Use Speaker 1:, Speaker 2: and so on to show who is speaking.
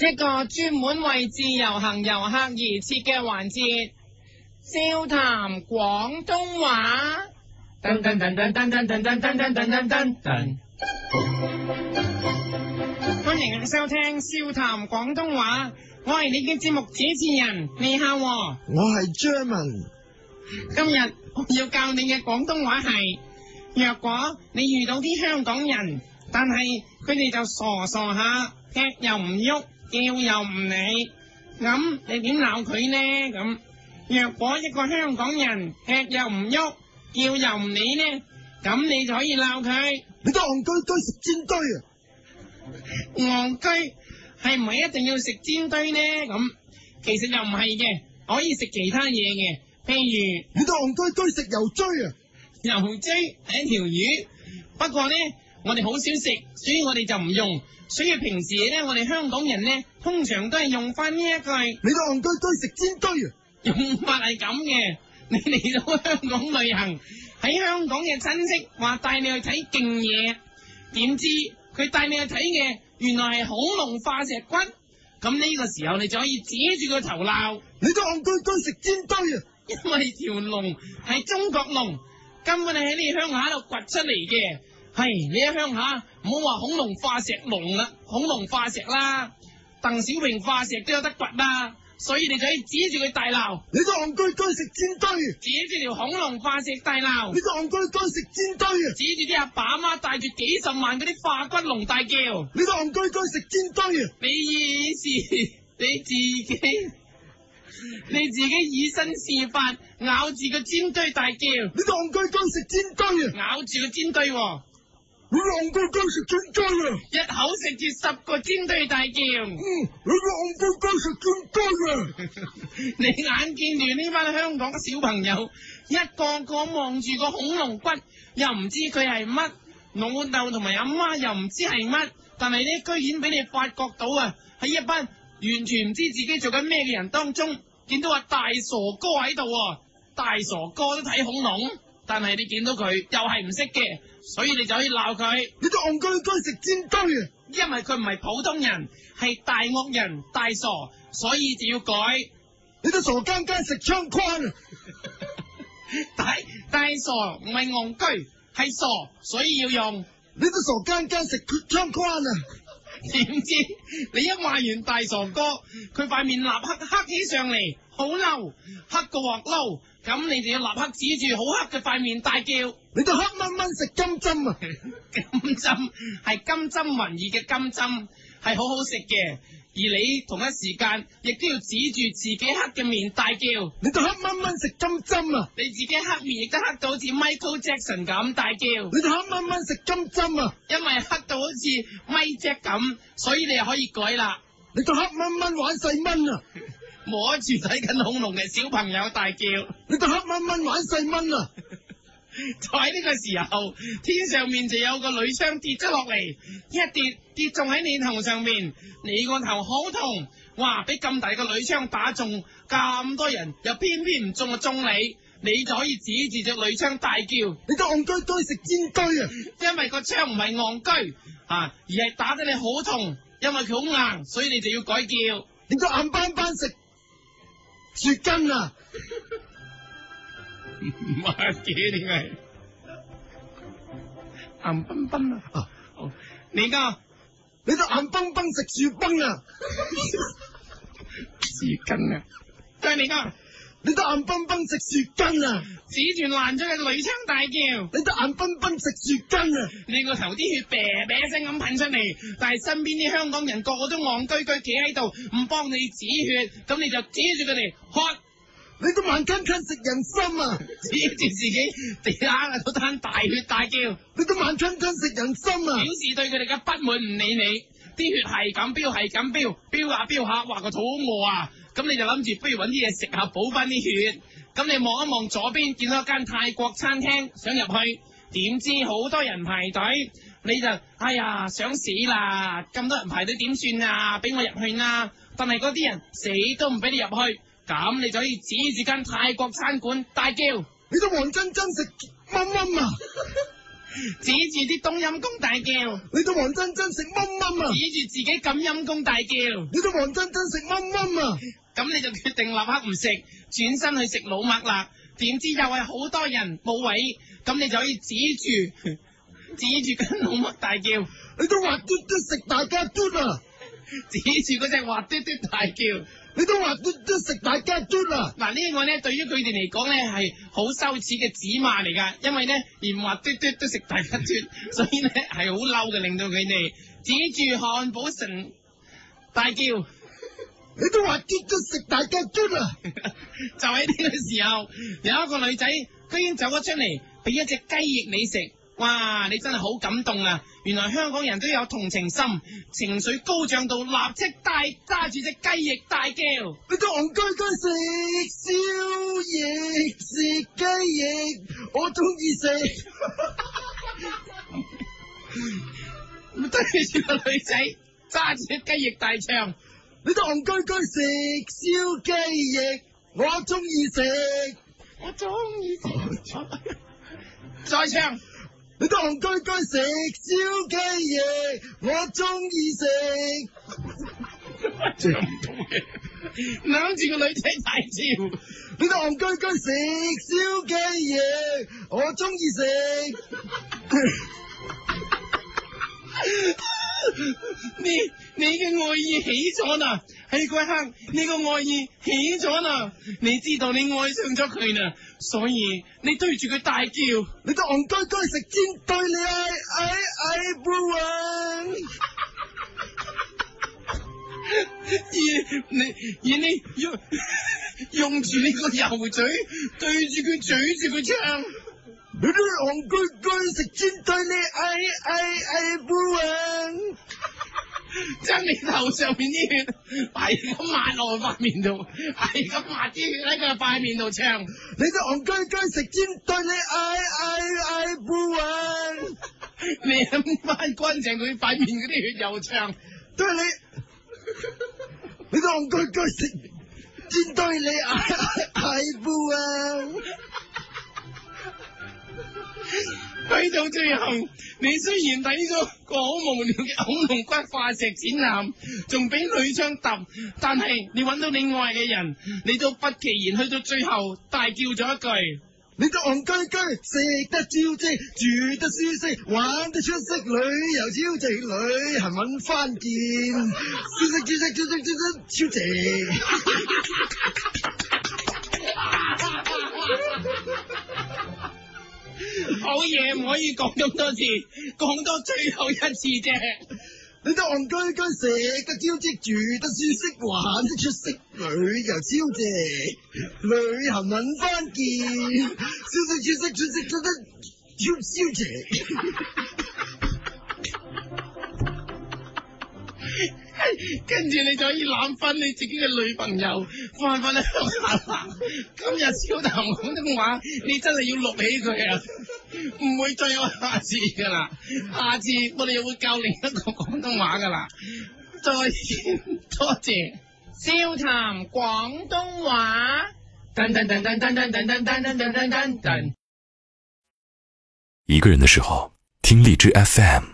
Speaker 1: 一個專門為自由行遊客而設嘅環節，笑談廣東話。
Speaker 2: 噔噔噔噔噔噔噔噔噔噔噔噔噔。
Speaker 1: 歡迎收聽笑談廣東話，我係你嘅節目主持人，你好喎。
Speaker 3: 我係 German，
Speaker 1: 今日我要教你嘅廣東話係，若果你遇到啲香港人，但係佢哋就傻傻下，踢又唔喐，叫又唔理，咁你點鬧佢呢？咁若果一個香港人踢又唔喐，叫又唔理呢，咁你就可以鬧佢
Speaker 3: 你都戇居居食煎堆啊！
Speaker 1: 戇居，係唔係一定要食煎堆呢？咁其實又唔係嘅，可以食其他嘢嘅，譬如。
Speaker 3: 你都戇居居食油錐啊！
Speaker 1: 油錐係一條魚，不過呢，我哋好少食，所以我哋就唔用。所以平時呢，我哋香港人呢，通常都係用翻呢一句，
Speaker 3: 你都戇居居食煎堆啊！
Speaker 1: 用法係咁嘅。 你嚟到香港旅行，喺香港嘅親戚話帶你去睇勁嘢，點知佢帶你去睇嘅原來係恐龍化石骨。咁呢個時候你就可以指住個頭鬧。
Speaker 3: 你都戇居居食煎堆啊！
Speaker 1: 因為條龍係中國龍，根本係喺你鄉下度掘出嚟嘅。係你喺鄉下，唔好話恐龍化石龍啦，恐龍化石啦，鄧小平化石都有得掘啦。所以你就可以指住佢大鬧，
Speaker 3: 你都戇居居食煎堆啊！
Speaker 1: 指住條恐龍化石大鬧
Speaker 3: 你，都戇居居食煎堆啊！
Speaker 1: 指住啲阿爸阿媽帶住幾十萬嗰啲化骨龍大叫，
Speaker 3: 你都戇居居食煎堆啊！
Speaker 1: 你意思 你自己你自己以身試法，咬住個尖堆大叫。
Speaker 3: 你都戇居居食煎堆啊！
Speaker 1: 咬住個煎堆、喎，
Speaker 3: 你都戇居居食煎堆啊！
Speaker 1: 一口食住十個煎堆大叫。
Speaker 3: 嗯，你都戇居居食煎堆啊！
Speaker 1: 你眼見住呢班香港小朋友，一個個望住個恐龍骨，又唔知佢係乜，老豆同埋阿媽又唔知係乜，但係咧居然俾你發覺到啊！喺一班完全唔知自己做緊咩嘅人當中，見到阿大傻哥喺度喎，大傻哥都睇恐龍，但係你見到佢又係唔識嘅，所以你就可以鬧佢。
Speaker 3: 你都戇居居食煎堆啊！
Speaker 1: 因為佢唔係普通人，係大惡人、大傻，所以就要改。
Speaker 3: 你都傻更更食窗框啊！
Speaker 1: 大大傻唔係戇居，係傻，所以要用。
Speaker 3: 你都傻更更食窗框啊！
Speaker 1: 點知你一話完大傻哥，佢塊面立刻黑起上嚟，好嬲，黑個鑊嬲，咁你就要立刻指住好黑嘅塊面大叫。
Speaker 3: 你都黑蚊蚊食金針啊！
Speaker 1: 金針係金針雲耳嘅金針，係好好食嘅。而你同一時間亦都要指住自己黑嘅面大叫。
Speaker 3: 你都黑蚊蚊食金針啊！
Speaker 1: 你自己黑面亦都黑到好似 Michael Jackson 咁大叫，
Speaker 3: 你就黑蚊蚊食金針啊！
Speaker 1: 因為黑到好似咪姐咁，所以你又可以改啦。
Speaker 3: 你個黑蚊蚊玩細蚊啊！
Speaker 1: 摸住睇緊恐龍嘅小朋友大叫，
Speaker 3: 你個黑蚊蚊玩細蚊啊！
Speaker 1: 就喺呢個時候，天上面就有個鋁槍跌咗落嚟，一跌跌中喺你頭上面，你個頭好痛。哇！俾咁大個鋁槍打中，咁多人又偏偏唔中啊中你，你就可以指住隻鋁槍大叫。
Speaker 3: 你個戇居居食煎堆啊！
Speaker 1: 因為個槍唔係戇居啊，而係打得你好痛，因為佢好硬，所以你就要改叫。
Speaker 3: 你個硬斑斑食樹根啊！
Speaker 1: 唔係嘅，點解硬崩崩啊？
Speaker 3: 啊
Speaker 1: 好你個
Speaker 3: 你個硬崩崩食樹崩啊！
Speaker 1: 樹根啊，對你個
Speaker 3: 你個硬崩崩食樹根啊！
Speaker 1: 指住爛咗嘅鋁槍大叫，
Speaker 3: 你個硬崩崩食樹根啊！
Speaker 1: 你個頭啲血啤啤聲咁噴出嚟，但係身邊啲香港人個個都戇居居企喺度，唔幫你止血，咁你就指住佢哋喝。
Speaker 3: 你個慢吞吞食人參啊！
Speaker 1: 指住自己地下嗰攤大血大叫。
Speaker 3: 你個慢吞吞食人參啊
Speaker 1: 表！示對佢哋嘅不滿，唔理你，啲血係咁飆，係咁飆，飆下飆下，話個肚餓啊！咁你就諗住不如揾啲嘢食下補翻啲血。咁你望一望左邊，見到一間泰國餐廳，想入去，點知好多人排隊，你就哎呀想死啦！咁多人排隊點算啊？俾我入去啦！但係嗰啲人死都唔俾你入去，咁你就可以指住間泰國餐館大叫。
Speaker 3: 你個黃真真食蚊蚊啊！
Speaker 1: 指住啲東陰公大叫，指
Speaker 3: 你都黃真真食蚊蚊啊！
Speaker 1: 住自己咁陰公大叫。
Speaker 3: 你都黃真真食蚊蚊啊！
Speaker 1: 咁你就決定立刻唔食，轉身去食老麥啦。點知又係好多人冇位，咁你就可以指住 指住跟老麥大叫，
Speaker 3: 你都滑嘟嘟食大家嘟啊！
Speaker 1: 指住嗰只滑嘟嘟大叫。
Speaker 3: 你都滑嘟嘟食大家嘟啊！
Speaker 1: 嗱呢個咧對於佢哋嚟講咧係好羞恥嘅指罵嚟㗎，因為咧連滑嘟嘟都食大吉嘟， 所以咧係好嬲嘅，令到佢哋指住漢堡神大叫。
Speaker 3: 你都滑嘟嘟食大家嘟啊！
Speaker 1: 就喺呢個時候，有一個女仔居然走咗出嚟，俾一隻雞翼你食。哇！你真係好感動啊！原來香港人都有同情心，情緒高漲到立即大揸住隻雞翼大叫。
Speaker 3: 你都戇居居食宵夜食雞翼，我中意食。
Speaker 1: 對住個女仔揸住隻雞翼大唱，
Speaker 3: 你都戇居居食燒雞翼，我中意食。
Speaker 1: 我中意食。再唱，
Speaker 3: 你都戇居居食燒雞翼，我中意食。
Speaker 1: 唱唔到嘅，攬住個女仔大叫。
Speaker 3: 你都戇居居食燒雞翼，我中意食。
Speaker 1: 你你嘅愛意起咗啦，喺嗰一刻，你個愛意起咗啦，你知道你愛上咗佢啦，所以你對住佢大叫，
Speaker 3: 你都戇居居食煎堆你啊！哎哎 b r
Speaker 1: 而你而你用 用住你個油嘴對住佢咀住佢唱，
Speaker 3: 你都戇居居食煎堆你哎哎哎 b r
Speaker 1: 將你頭上面啲血係咁抹落去塊面度，係咁抹啲血喺佢塊面度唱。
Speaker 3: 你都戇居居食煎堆你哎哎哎 b r
Speaker 1: 你咁翻乾淨佢塊面嗰啲血又唱，
Speaker 3: 對你，你都戇居居食煎堆你哎哎 b r
Speaker 1: 去到最後，你雖然睇咗個好無聊嘅恐龍骨化石展覽，仲俾女槍揼，但係你揾到你愛嘅人，你都不其然去到最後大叫咗一句。
Speaker 3: 你都戇居居，食得招積，住得舒適，玩得出色，旅遊超值，旅行揾翻件，舒適舒適舒適舒適超值。
Speaker 1: 好嘢，唔可以講咁多次，講多最後一次啫。
Speaker 3: 你都戇居居，食得招積，住得舒適，玩得出色，旅遊超值，旅行揾翻件，舒適舒適舒適舒適超超值。
Speaker 1: 跟住你就可以攬翻你自己嘅女朋友，翻返去鄉下。 今日小談廣東話，你真係要錄起佢啊！唔會再有下次噶啦，下次我哋又會教另一個廣東話噶啦。再見，多謝。笑談廣東話。
Speaker 2: 噔噔噔噔噔噔噔噔噔噔噔噔噔。
Speaker 4: 一个人的时候，听荔枝 FM。